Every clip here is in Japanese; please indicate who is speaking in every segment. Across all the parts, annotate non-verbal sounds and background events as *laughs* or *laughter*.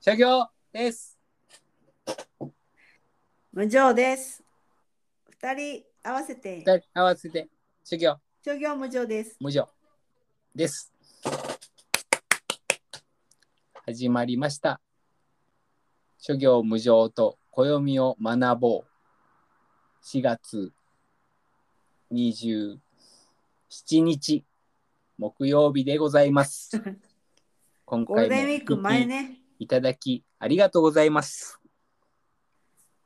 Speaker 1: 社業です。
Speaker 2: 無常です。二人合わせて、
Speaker 1: 二人合わせて、社業
Speaker 2: 商業無常です。
Speaker 1: 無常です。始まりました。諸行無常と暦を学ぼう。4月27日、木曜日でございます。今
Speaker 2: ゴ
Speaker 1: 回
Speaker 2: ールデンウ
Speaker 1: も
Speaker 2: ィーク前ね。
Speaker 1: いただきありがとうございます。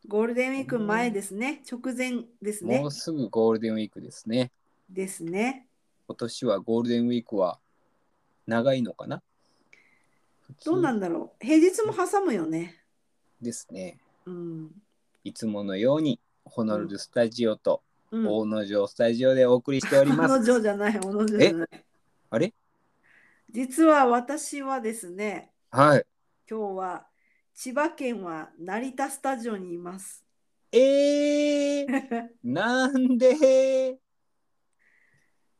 Speaker 2: ゴールデンウィーク前ですね。直前ですね
Speaker 1: もう。すぐゴールデンウィークですね。
Speaker 2: ですね。
Speaker 1: 今年はゴールデンウィークは長いのかな
Speaker 2: どうな
Speaker 1: 普
Speaker 2: んだろう。平日も挟むよね。
Speaker 1: 通ですね。
Speaker 2: うん。
Speaker 1: いつものようにホノルルスタジオと
Speaker 2: うん。 *laughs*
Speaker 1: 大野城スタジオでお送りしており
Speaker 2: 小
Speaker 1: ます。
Speaker 2: 野城じゃない、小野城じゃない。
Speaker 1: あれ
Speaker 2: 実は私はですね、
Speaker 1: はい。
Speaker 2: 今日は千葉県は成田スタジオにいます。
Speaker 1: えー、なんで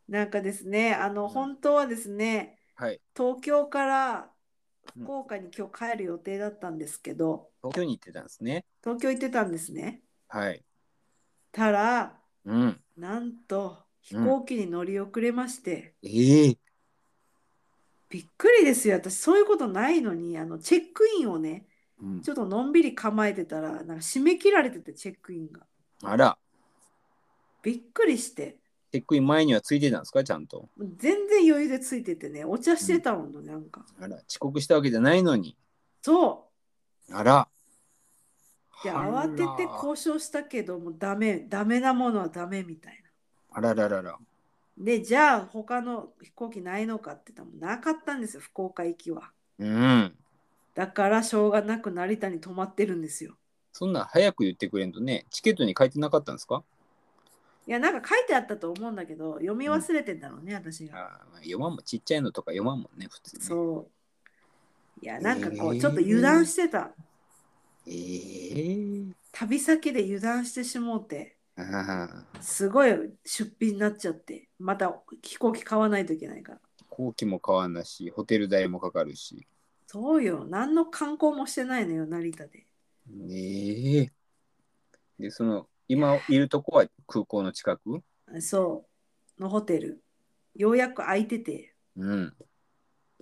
Speaker 2: なんかですね、あの、本当はですね、
Speaker 1: はい。
Speaker 2: 東京から福岡に今日帰る予定だったんですけど、
Speaker 1: 東京に行ってたんですね。
Speaker 2: 東京行ってたんですね。
Speaker 1: はい。
Speaker 2: たら、
Speaker 1: うん。
Speaker 2: なんと飛
Speaker 1: うん
Speaker 2: 行機に乗り遅れまして、
Speaker 1: えー、
Speaker 2: びっくりですよ。私、そういうことないのに、あの、チェックインをね、
Speaker 1: うん
Speaker 2: ちょっとのんびり構えてたら、なんか締め切られてて、チェックインが。
Speaker 1: あら、
Speaker 2: びっくりして、
Speaker 1: チェックイン前にはついてたんですかちゃんと。
Speaker 2: 全然余裕でついててね、お茶してたの、なんか。
Speaker 1: あら、遅刻したわけじゃないのに。
Speaker 2: そう。
Speaker 1: あら。
Speaker 2: で、
Speaker 1: あら
Speaker 2: 慌てて交渉したけども、ダメ、ダメなものはダメみたいな。
Speaker 1: あらららら。
Speaker 2: で、じゃあ、他の飛行機ないのかって言ったら、なかったんですよ、福岡行きは。
Speaker 1: うん。
Speaker 2: だから、しょうがなく成田に泊まってるんですよ。
Speaker 1: そんなん早く言ってくれんとね、チケットに書いてなかったんですか
Speaker 2: いや、なんか書いてあったと思うんだけど、読み忘れてんだろうね、私
Speaker 1: あー
Speaker 2: が。
Speaker 1: まあ読まんもんちっちゃいのとか読まんもんね、普通ね。
Speaker 2: そう。いや、なんかこ
Speaker 1: え
Speaker 2: う、
Speaker 1: ー
Speaker 2: ちょっと油断してた。
Speaker 1: えー、
Speaker 2: 旅先で油断してしもうて、
Speaker 1: ああ、
Speaker 2: すごい出費になっちゃって、また飛行機買わないといけないから。
Speaker 1: 後期も買わなし、ホテル代もかかるし。
Speaker 2: そうよ、何の観光もしてないのよ、成田で。
Speaker 1: ええで、その、今いるとこは空港の近く
Speaker 2: そう、のホテル。ようやく空いてて
Speaker 1: うん、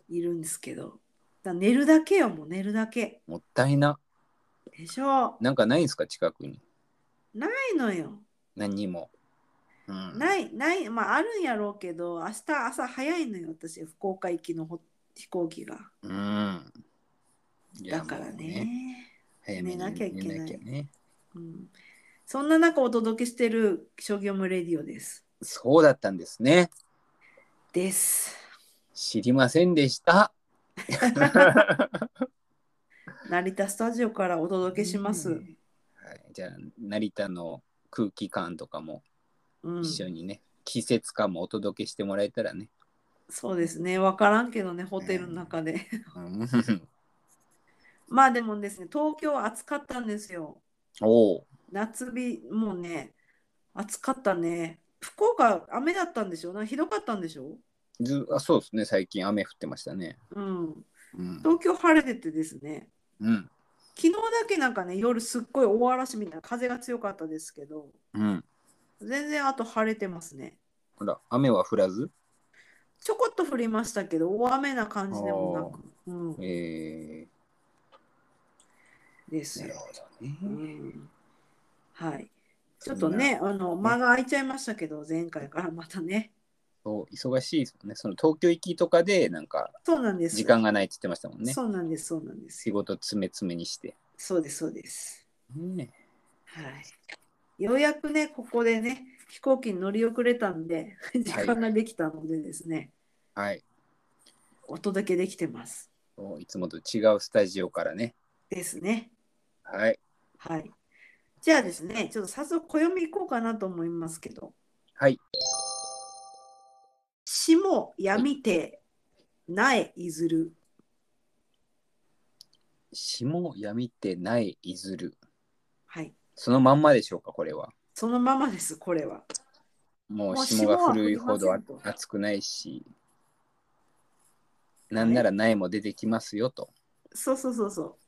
Speaker 2: いるんですけど。だ寝るだけよ、もう寝るだけ。
Speaker 1: もったいな。
Speaker 2: でしょ
Speaker 1: なんかないんですか、近くに。
Speaker 2: ないのよ。
Speaker 1: 何にも。うん、
Speaker 2: ない、ない、まああるんやろうけど、明日朝早いのよ、私、福岡行きのほ飛行機が。
Speaker 1: うん。いや
Speaker 2: だから
Speaker 1: もう
Speaker 2: ね。
Speaker 1: 早めに
Speaker 2: 寝なきゃいけな
Speaker 1: 寝
Speaker 2: い
Speaker 1: なきゃね。
Speaker 2: うん、そんな中お届けしてる「商業無レディオ」です。
Speaker 1: そうだったんですね。
Speaker 2: です。
Speaker 1: 知りませんで
Speaker 2: *laughs*
Speaker 1: した。
Speaker 2: 成田スタジオからお届けします。
Speaker 1: はい、じゃあ成田の空気感とかも
Speaker 2: うん、
Speaker 1: 一緒にね、季節感もお届けしてもらえたらね。
Speaker 2: そうですね分からんけどねホテルの中で。
Speaker 1: うん、
Speaker 2: まあでもですね東京は暑かったんですよ。
Speaker 1: おお、
Speaker 2: 夏日もうね暑かったね。福岡雨だったんでしょなんかひどかったんでしょ
Speaker 1: ずあそうですね、最近雨降ってましたね。
Speaker 2: うん。
Speaker 1: うん、
Speaker 2: 東京晴れててですね
Speaker 1: うん、
Speaker 2: 昨日だけなんかね夜すっごい大嵐みたいな風が強かったですけど
Speaker 1: うん。
Speaker 2: 全然あと晴れてますね。
Speaker 1: ほら、雨は降らず、
Speaker 2: ちょこっと降りましたけど、大雨な感じでもなく、うん、
Speaker 1: え
Speaker 2: で
Speaker 1: ー、
Speaker 2: す
Speaker 1: なる
Speaker 2: よ。
Speaker 1: ほ
Speaker 2: う
Speaker 1: どね。
Speaker 2: ん、はい。ち
Speaker 1: そ
Speaker 2: ょ
Speaker 1: ん
Speaker 2: っ
Speaker 1: な
Speaker 2: とね、あの間が空いちゃいましたけど、前回からまたね。
Speaker 1: そう忙しいですもんね。その東京行きとかで、なんか
Speaker 2: そうなんです。
Speaker 1: 時間がないって言ってましたもんね。
Speaker 2: そうなんです、そうなんです
Speaker 1: 仕。事詰め詰めにして。
Speaker 2: そうです、そうです。
Speaker 1: ね、
Speaker 2: はい。ようやくね、ここでね、飛行機に乗り遅れたんで、 *laughs* 時間ができたのでですね、
Speaker 1: はい
Speaker 2: お届けできてます。
Speaker 1: そう。いつもと違うスタジオからね。
Speaker 2: ですね。
Speaker 1: はい。
Speaker 2: はい。じゃあですね、ちょっと早速、暦行こうかなと思いますけど。
Speaker 1: はい。
Speaker 2: 死も闇て、苗いずる。
Speaker 1: 死も闇ってないいずる。
Speaker 2: はい。
Speaker 1: そのまんまでしょうか、これは。
Speaker 2: そのままです、これは。
Speaker 1: もう
Speaker 2: もう
Speaker 1: 霜が
Speaker 2: 霜は
Speaker 1: 古いほど
Speaker 2: 降りませんと
Speaker 1: 暑くないし、なんなら苗も出てきますよと。
Speaker 2: そうそうそうそ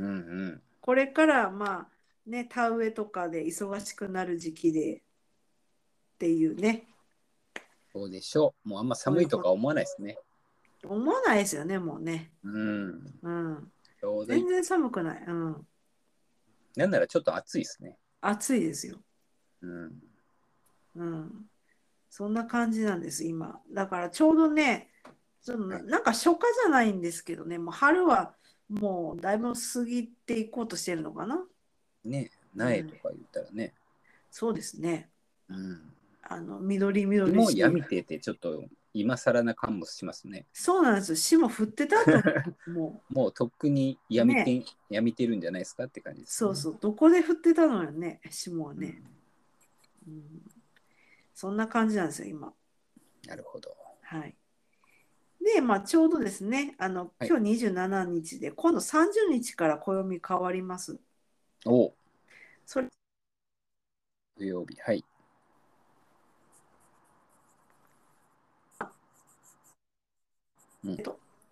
Speaker 1: うんうん。
Speaker 2: これからまあね田植えとかで忙しくなる時期でっていうね
Speaker 1: そうでしょう。もうあんま寒いとか思わないですね。
Speaker 2: 思わないですよねもうね、
Speaker 1: うん。
Speaker 2: うん、
Speaker 1: ちょうどいい
Speaker 2: 全。然寒くない、うん、
Speaker 1: なんならちょっと暑いですね。
Speaker 2: 暑いですよ、
Speaker 1: うん。
Speaker 2: うん、そんな感じなんです今だからちょうどねその
Speaker 1: はい
Speaker 2: なんか初夏じゃないんですけどねもう春はもうだいぶ過ぎていこうとしてるのかな
Speaker 1: ね苗とか言ったらね。
Speaker 2: そうですね
Speaker 1: うん。
Speaker 2: あの緑緑
Speaker 1: もう
Speaker 2: して
Speaker 1: やみててちょっと今更な感もしますね。
Speaker 2: そうなんですよ霜降ってたと
Speaker 1: *laughs*
Speaker 2: もう
Speaker 1: もうとっくにやみて,、やみてるんじゃないですかって感じです、
Speaker 2: そうそう、どこで振ってたのよね、霜はね。うん、そんな感じなんですよ、今。
Speaker 1: なるほど。
Speaker 2: はい。で、まあ、ちょうどですね、あの、
Speaker 1: はい
Speaker 2: 今日27日で、今度30日から暦変わります。
Speaker 1: おう
Speaker 2: それ、
Speaker 1: 土曜日。はい。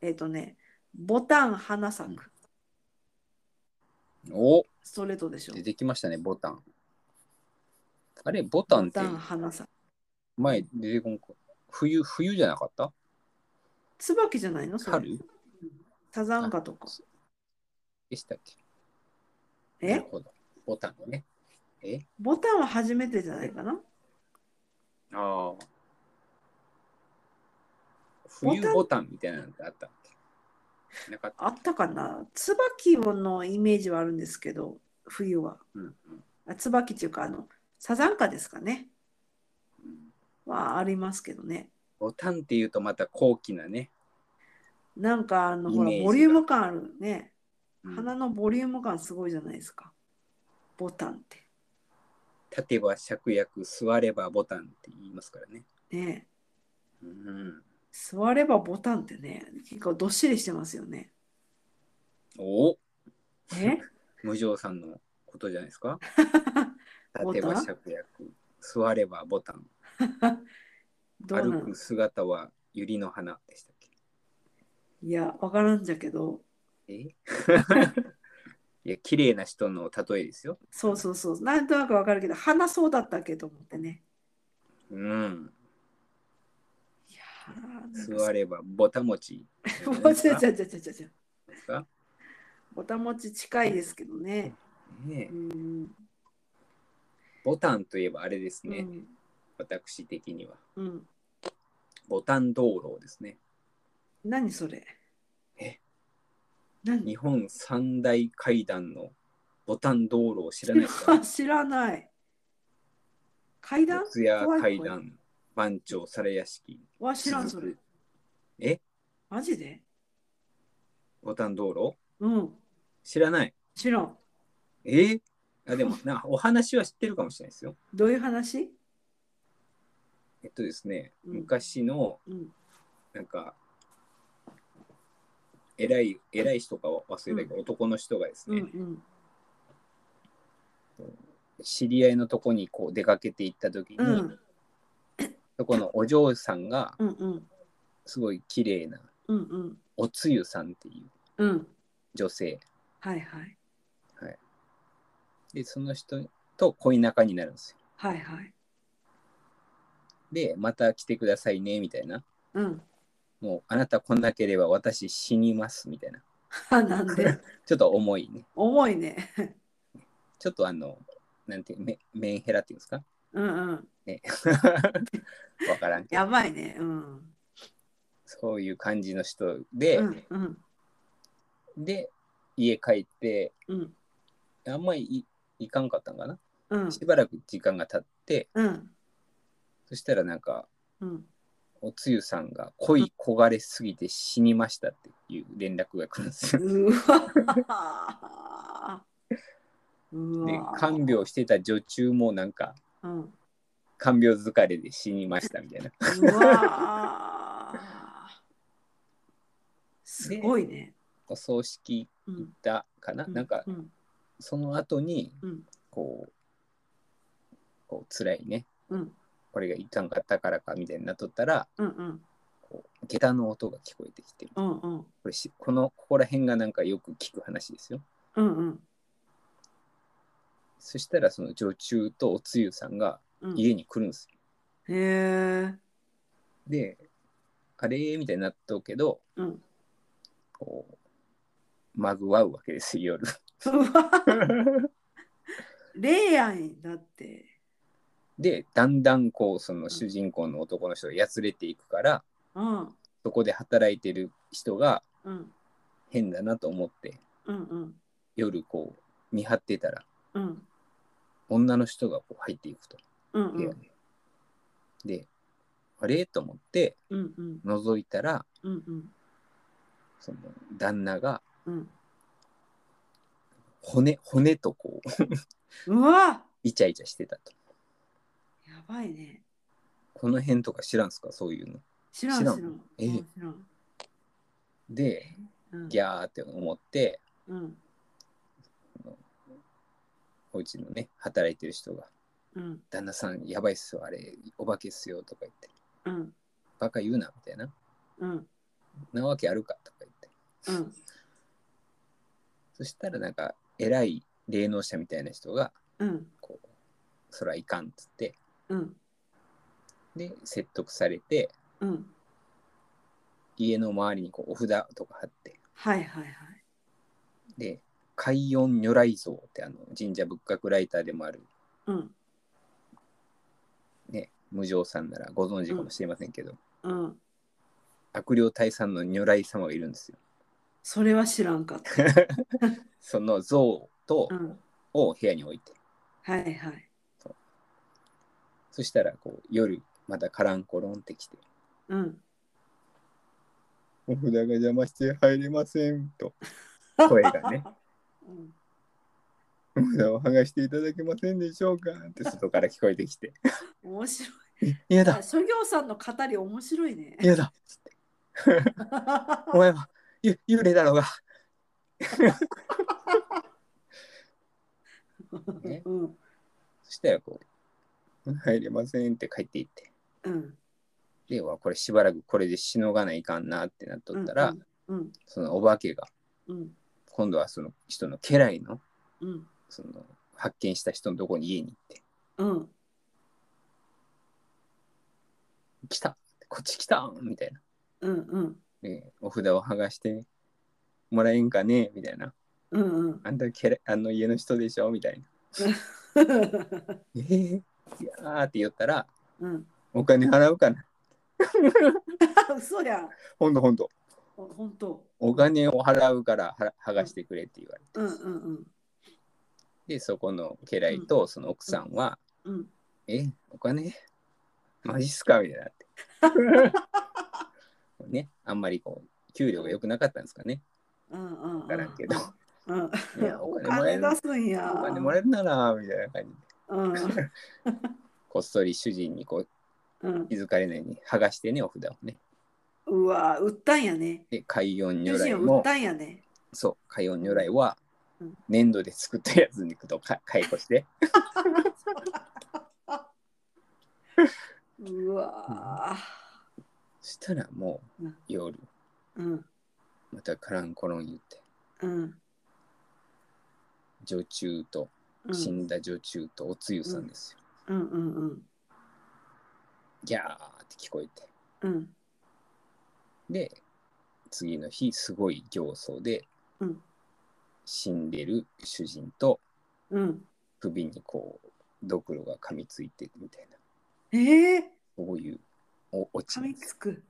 Speaker 2: えっ、とね、ボタン花咲く、
Speaker 1: お
Speaker 2: ストレートでしょ
Speaker 1: 出。てきましたね、ボタン。あれ、ボタン
Speaker 2: ボ
Speaker 1: って
Speaker 2: タン花咲く。
Speaker 1: 前出てこんか冬、冬じゃなかった
Speaker 2: 椿じゃないのそれ
Speaker 1: 春
Speaker 2: サザンカとか。
Speaker 1: でしたっけなる
Speaker 2: え
Speaker 1: ほど。ボタンね。え
Speaker 2: ボタンは初めてじゃないかな
Speaker 1: ああ。冬ボタンみたいなのってあったっけなかった。
Speaker 2: あったかな椿のイメージはあるんですけど、冬は。
Speaker 1: うんうん
Speaker 2: あ椿っていうかあのサザンカですかね
Speaker 1: うん
Speaker 2: はありますけどね
Speaker 1: ボタンっていうとまた高貴なね。
Speaker 2: なんかあの
Speaker 1: イ
Speaker 2: ほ
Speaker 1: メー
Speaker 2: ら
Speaker 1: ジが
Speaker 2: ボリューム感あるね
Speaker 1: うん
Speaker 2: 花のボリューム感すごいじゃないですかボタンっ
Speaker 1: 立てば芍薬、座ればボタンって言いますからね。
Speaker 2: てね
Speaker 1: うん、
Speaker 2: 座ればボタンってね結構どっしりしてますよね
Speaker 1: おお *laughs*
Speaker 2: え
Speaker 1: 無常さんのことじゃないですか。
Speaker 2: ボ
Speaker 1: 立
Speaker 2: タ
Speaker 1: て
Speaker 2: ン
Speaker 1: ば芍薬、座ればボタン、
Speaker 2: どうな
Speaker 1: 歩
Speaker 2: の
Speaker 1: く姿は百合の花でしたっ
Speaker 2: いやわからんじゃけど
Speaker 1: け。
Speaker 2: *laughs*
Speaker 1: えいや、綺麗な人の例えですよ。
Speaker 2: そうそうそうなんとなくわかるけど花そうだったっけと思ってね
Speaker 1: うん。
Speaker 2: いやーなん
Speaker 1: 座
Speaker 2: か
Speaker 1: ればボタン持ち。
Speaker 2: *laughs* そうちゃちゃちゃちゃちゃちゃ
Speaker 1: ですか
Speaker 2: ボタン持ち近いですけどね
Speaker 1: ね
Speaker 2: う
Speaker 1: え
Speaker 2: ん、
Speaker 1: ボタンといえばあれです
Speaker 2: う
Speaker 1: ね、
Speaker 2: ん
Speaker 1: 私的には。
Speaker 2: うん
Speaker 1: ボタン道路ですね。
Speaker 2: 何それ
Speaker 1: え *laughs*
Speaker 2: 何
Speaker 1: 日本三大階段のボタン道路を知らない
Speaker 2: *laughs*
Speaker 1: ですか
Speaker 2: 知らない。階段
Speaker 1: 四谷
Speaker 2: 怖い
Speaker 1: 階
Speaker 2: 怖い
Speaker 1: 段、番長、皿屋敷。
Speaker 2: わ、知らんそれ。
Speaker 1: え
Speaker 2: マジで
Speaker 1: ボタン道路
Speaker 2: うん、
Speaker 1: 知らない。
Speaker 2: 知らん。
Speaker 1: えあでもな、お話は知ってるかもしれないですよ。
Speaker 2: どういう話
Speaker 1: えっとですね、
Speaker 2: うん
Speaker 1: 昔の
Speaker 2: うん、
Speaker 1: なんか、偉い偉い人かは忘れたけど、男の人がです
Speaker 2: うん、う
Speaker 1: ね、
Speaker 2: ん、
Speaker 1: 知り合いのとこにこう出かけて行った時に、
Speaker 2: うん、
Speaker 1: そこのお嬢さんが
Speaker 2: うん、うん、
Speaker 1: すごい綺麗な
Speaker 2: うん、うん、
Speaker 1: おつゆさんっていう
Speaker 2: うん、
Speaker 1: 女性
Speaker 2: はいはい。
Speaker 1: でその人と恋仲になるんですよ
Speaker 2: はいはい。
Speaker 1: でまた来てくださいねみたいな
Speaker 2: うん。 *laughs*
Speaker 1: もうあなた来なければ私死にますみたいな
Speaker 2: あ、なんで
Speaker 1: ちょっと重いね
Speaker 2: 重いね。
Speaker 1: ちょっとあのなんてメメンヘラっていうんですか
Speaker 2: うんうん。
Speaker 1: わからんけど
Speaker 2: やばいね。うん。
Speaker 1: そういう感じの人で
Speaker 2: う、んうん。
Speaker 1: で家帰って
Speaker 2: うん。
Speaker 1: あんまりいいかんかったんかな
Speaker 2: うん。
Speaker 1: しばらく時間が経って
Speaker 2: うん。
Speaker 1: そしたらなんか
Speaker 2: うん。
Speaker 1: おつゆさんが恋焦がれすぎて死にましたっていう連絡が来るんですよ。
Speaker 2: うわ。う
Speaker 1: で
Speaker 2: わ。
Speaker 1: 看病してた女中もなんか
Speaker 2: うん。
Speaker 1: 看病疲れで死にましたみたいな。
Speaker 2: うわ
Speaker 1: *laughs*
Speaker 2: あ。すごいね。
Speaker 1: お葬式
Speaker 2: う
Speaker 1: 行っ
Speaker 2: ん、
Speaker 1: たかな、
Speaker 2: う
Speaker 1: なんか
Speaker 2: うん、
Speaker 1: その後に
Speaker 2: うん、
Speaker 1: こうこう辛いね
Speaker 2: うん、
Speaker 1: これがいかんかったからかみたいになっとったら
Speaker 2: うん、うん、
Speaker 1: こう下駄の音が聞こえてきて
Speaker 2: うん、うん、
Speaker 1: これしこのここら辺がなんかよく聞く話ですよ。
Speaker 2: うんうん
Speaker 1: そしたらその女中とおつゆさんが
Speaker 2: うん。へ
Speaker 1: 家に来るんですよ。
Speaker 2: え。
Speaker 1: で、あれみたいになっとうけど、
Speaker 2: うん。
Speaker 1: こう、まぐわうわけですよ、夜。
Speaker 2: うわ、レイアンだって。
Speaker 1: *laughs* で、だんだんこう、その主人公の男の人がやつれていくから、
Speaker 2: うん。
Speaker 1: そこで働いてる人が
Speaker 2: うん。
Speaker 1: 変だなと思って、
Speaker 2: うんうん。
Speaker 1: 夜こう、見張ってたら、
Speaker 2: うん。
Speaker 1: 女の人がこう入っていくと。
Speaker 2: うん
Speaker 1: 部屋にで、あれと思って、
Speaker 2: うんうん
Speaker 1: 覗いたら、
Speaker 2: うんうん
Speaker 1: その旦那が
Speaker 2: うん
Speaker 1: 骨、骨とこう、 *laughs*
Speaker 2: うわ
Speaker 1: イチャイチャしてたと。
Speaker 2: やばいね。
Speaker 1: この辺とか知らんすかそういうの。
Speaker 2: 知ら
Speaker 1: 知
Speaker 2: ん知
Speaker 1: ら
Speaker 2: ら
Speaker 1: ん
Speaker 2: ん。
Speaker 1: ええ
Speaker 2: うん知らん。
Speaker 1: で、
Speaker 2: うん
Speaker 1: ギャーって思って、
Speaker 2: うん
Speaker 1: おうちのね、働いてる人が、
Speaker 2: うん
Speaker 1: 旦那さんやばいっすよ、あれ、お化けっすよとか言って、
Speaker 2: うん
Speaker 1: バカ言うな、みたいな。
Speaker 2: うん
Speaker 1: なわけあるかとか言って。
Speaker 2: うん
Speaker 1: そしたらなんか、偉い霊能者みたいな人が、
Speaker 2: うん
Speaker 1: こう、そらいかんっつって、
Speaker 2: うん
Speaker 1: で、説得されて、
Speaker 2: うん
Speaker 1: 家の周りにこうお札とか貼って、
Speaker 2: はいはいはい。
Speaker 1: で、海音如来像ってあの神社仏閣ライターでもある
Speaker 2: うん
Speaker 1: ね、無常さんならご存知かもしれませんけど、
Speaker 2: うん。
Speaker 1: 悪霊退散の如来様がいるんですよ。
Speaker 2: それは知らんかった。
Speaker 1: その像と、
Speaker 2: うん
Speaker 1: を部屋に置いて、
Speaker 2: はいはい。
Speaker 1: そしたらこう夜またカランコロンってきて、
Speaker 2: うん。
Speaker 1: お札が邪魔して入れませんと、声が
Speaker 2: *laughs*
Speaker 1: ね。
Speaker 2: うん
Speaker 1: お札を剥がしていただけませんでしょうかって外から聞こえてきて、
Speaker 2: 面白い。
Speaker 1: 嫌
Speaker 2: あ
Speaker 1: だ、
Speaker 2: 諸行さんの語り面白いね。
Speaker 1: 嫌だ、お前はゆ幽霊だろうが、ね
Speaker 2: うん
Speaker 1: そしたらこう、入れませんって帰っていって、
Speaker 2: うん
Speaker 1: ではこれしばらくこれでしのがないかんなってなっとったら、
Speaker 2: うん
Speaker 1: そのお化けが
Speaker 2: うん
Speaker 1: 今度はその人の家来の
Speaker 2: うん
Speaker 1: その発見した人のとこに家に行って
Speaker 2: うん
Speaker 1: 「来たこっち来た!」みたいな
Speaker 2: うんうん
Speaker 1: で「お札を剥がしてもらえんかね?」みたいな
Speaker 2: うんうん
Speaker 1: 「あんた家来あの家の人でしょ?」みたいな「えー、いやー」って言ったら
Speaker 2: うん
Speaker 1: 「お金払うかな
Speaker 2: 嘘やん
Speaker 1: ほんとほんと
Speaker 2: ほ本当
Speaker 1: お金を払うからはら剥がしてくれ」って言われて
Speaker 2: うんうんうん
Speaker 1: でそこの家来とその奥さんは
Speaker 2: うん
Speaker 1: 「えお金マジっすか?」みたいになって
Speaker 2: *laughs*
Speaker 1: ねあんまりこう給料が良くなかったんですかね
Speaker 2: うんうん
Speaker 1: わからんけど、
Speaker 2: うん
Speaker 1: いやお
Speaker 2: *laughs* お
Speaker 1: 金もらえ
Speaker 2: 金
Speaker 1: る
Speaker 2: 出すんや
Speaker 1: お金もらえるならみたいな感じで
Speaker 2: うん
Speaker 1: こっそり主人にこう
Speaker 2: うん
Speaker 1: 気づかれないように剥がしてねお札をね
Speaker 2: うわ売ったんやね
Speaker 1: で海音如
Speaker 2: 主
Speaker 1: 来
Speaker 2: 人を売っ
Speaker 1: も
Speaker 2: たんやね
Speaker 1: そう海音如来は
Speaker 2: うん
Speaker 1: 粘土で作ったやつにとか解雇して
Speaker 2: うわ
Speaker 1: そしたらもう
Speaker 2: うん
Speaker 1: 夜
Speaker 2: うん
Speaker 1: またカランコロン言って
Speaker 2: うん
Speaker 1: 女中と
Speaker 2: うん
Speaker 1: 死んだ女中とおつゆさんですよ、
Speaker 2: うんうんうん
Speaker 1: ギャーって聞こえて
Speaker 2: うん
Speaker 1: で次の日すごい形相で
Speaker 2: うん
Speaker 1: 死んでる主人と
Speaker 2: うん
Speaker 1: 首にこうドクロが噛みついてるみたいな
Speaker 2: ええ
Speaker 1: そういうお落ち
Speaker 2: 噛みつく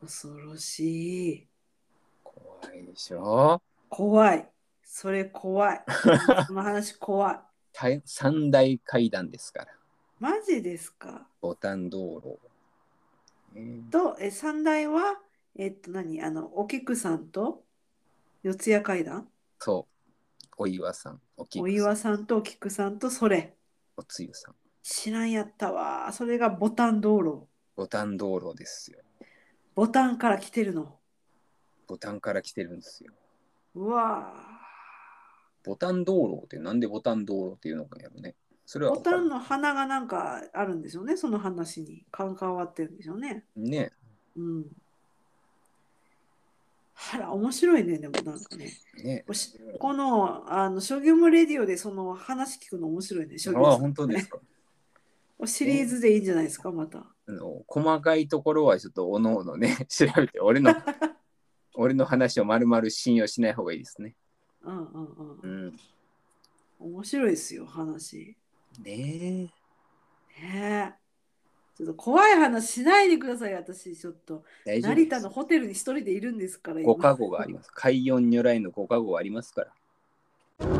Speaker 2: 恐ろしい
Speaker 1: 怖いでしょ
Speaker 2: 怖いそれ怖 *laughs* いその話怖い
Speaker 1: 大三大階段ですから
Speaker 2: マジですか
Speaker 1: ボタン道路、ね
Speaker 2: とえ三代はえっと何あのお菊さんと四谷階段
Speaker 1: そうお岩さんおき
Speaker 2: お
Speaker 1: くさ
Speaker 2: 岩
Speaker 1: ん
Speaker 2: さんとお菊さんとそれ
Speaker 1: おつゆさん
Speaker 2: 知らんやったわそれがボタン道路
Speaker 1: ボタン道路ですよ
Speaker 2: ボタンから来てるの
Speaker 1: ボタンから来てるんですよ
Speaker 2: うわ
Speaker 1: ボタン道路ってなんでボタン道路っていうのかやろねそれ
Speaker 2: ー
Speaker 1: は
Speaker 2: ボタン
Speaker 1: わか
Speaker 2: の花がなんかあるんですよねその話に関わってるんでしょうね
Speaker 1: るね
Speaker 2: うんあら、面白いね、でもなんかね。
Speaker 1: ね。
Speaker 2: おしこの、あの、諸行無レディオでその話聞くの面白いね、諸
Speaker 1: ああ、
Speaker 2: 行さん
Speaker 1: 本当
Speaker 2: *laughs*
Speaker 1: ですか。
Speaker 2: おシリーズでいいんじゃないですか、また。
Speaker 1: あの細かいところはちょっとおのおのね、 *laughs* 調べて、俺
Speaker 2: *laughs*
Speaker 1: の、俺の話をまるまる信用しない方がいいですね。
Speaker 2: うんうんう。
Speaker 1: うんん。
Speaker 2: 面白いですよ、話。
Speaker 1: ねえ。
Speaker 2: ねえ。ちょっと怖い話しないでください、私、ちょっと。
Speaker 1: 大丈夫で
Speaker 2: 成
Speaker 1: す
Speaker 2: 田のホテルに一人でいるんですから、
Speaker 1: ご加護があります。海四如来のご加護がありますから。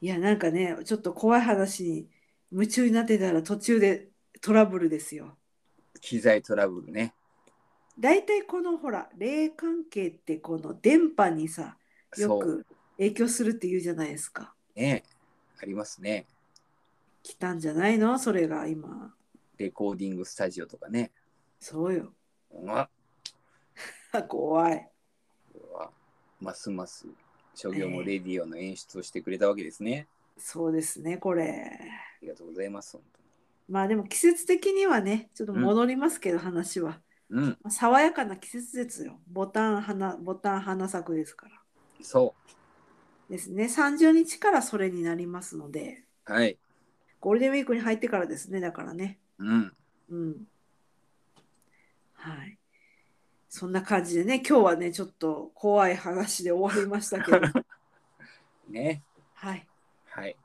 Speaker 2: いや、なんかね、ちょっと怖い話に夢中になってたら途中でトラブルですよ。
Speaker 1: 機材トラブルね。
Speaker 2: 大体このほら、霊関係ってこの電波にさ、よ
Speaker 1: そう。
Speaker 2: く影響するって言うじゃないですか。
Speaker 1: ねありますね。
Speaker 2: 来たんじゃないのそれが今。
Speaker 1: レコーディングスタジオとかね。
Speaker 2: そうよ。 *laughs*
Speaker 1: うわ
Speaker 2: 怖い。
Speaker 1: これはますます、諸行もレディオの演出をしてくれたわけですね。
Speaker 2: そうですね、これ。
Speaker 1: ありがとうございます。本
Speaker 2: まあでも季節的にはね、ちょっと戻りますけど、話は。
Speaker 1: 当にうん、
Speaker 2: まあ爽やかな季節ですよ。ボタン花、ボタン花咲くですから。
Speaker 1: そ
Speaker 2: ですね。30日からそれになりますので。
Speaker 1: う。はい。
Speaker 2: ゴールデンウィークに入ってからですね、だからね。
Speaker 1: うん。
Speaker 2: うん。はい。そんな感じでね、今日はね、ちょっと怖い話で終わりまし
Speaker 1: *laughs*
Speaker 2: たけど、
Speaker 1: ね。
Speaker 2: はい。
Speaker 1: はい。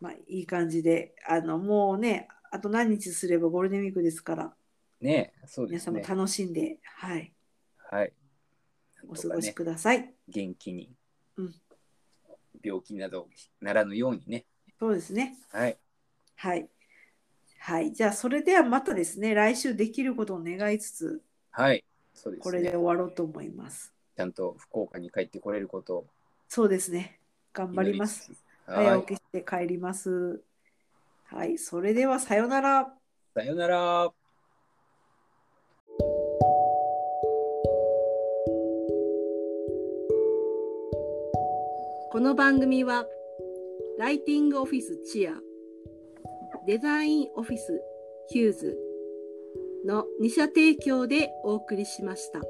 Speaker 2: まあ、いい感じで、あの、もうね、あと何日すればゴールデンウィークですから、
Speaker 1: ねそうで
Speaker 2: 皆
Speaker 1: す
Speaker 2: さんも
Speaker 1: ね。
Speaker 2: 楽しんで、はい、
Speaker 1: はい。な
Speaker 2: お
Speaker 1: ん
Speaker 2: 過
Speaker 1: とか
Speaker 2: ごし
Speaker 1: ね、
Speaker 2: ください。
Speaker 1: 元気に、
Speaker 2: うん
Speaker 1: 病気などならぬようにね。
Speaker 2: そうですね。
Speaker 1: はい。
Speaker 2: はい。はい。じゃあ、それではまたですね、来週できることを願いつつ、
Speaker 1: はい。そうですね。
Speaker 2: これで終わろうと思います。
Speaker 1: ちゃんと福岡に帰ってこれることを
Speaker 2: そうですね。頑張
Speaker 1: 祈
Speaker 2: り
Speaker 1: つ
Speaker 2: ま
Speaker 1: つ
Speaker 2: す。。
Speaker 1: は
Speaker 2: 早
Speaker 1: い。
Speaker 2: 起きして帰ります。はい、それではさよなら。
Speaker 1: さよなら。
Speaker 3: この番組はライティングオフィスチアデザインオフィスヒューズの2社提供でお送りしました。